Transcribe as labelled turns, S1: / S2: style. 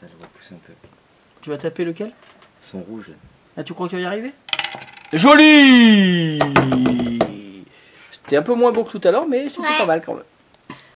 S1: pousser un peu.
S2: Tu vas taper lequel
S1: Ils sont rouges. là.
S2: Ah, tu crois que tu vas y arriver Joli C'était un peu moins beau que tout à l'heure, mais c'était
S3: Ouais.
S2: Eh, pas mal quand même.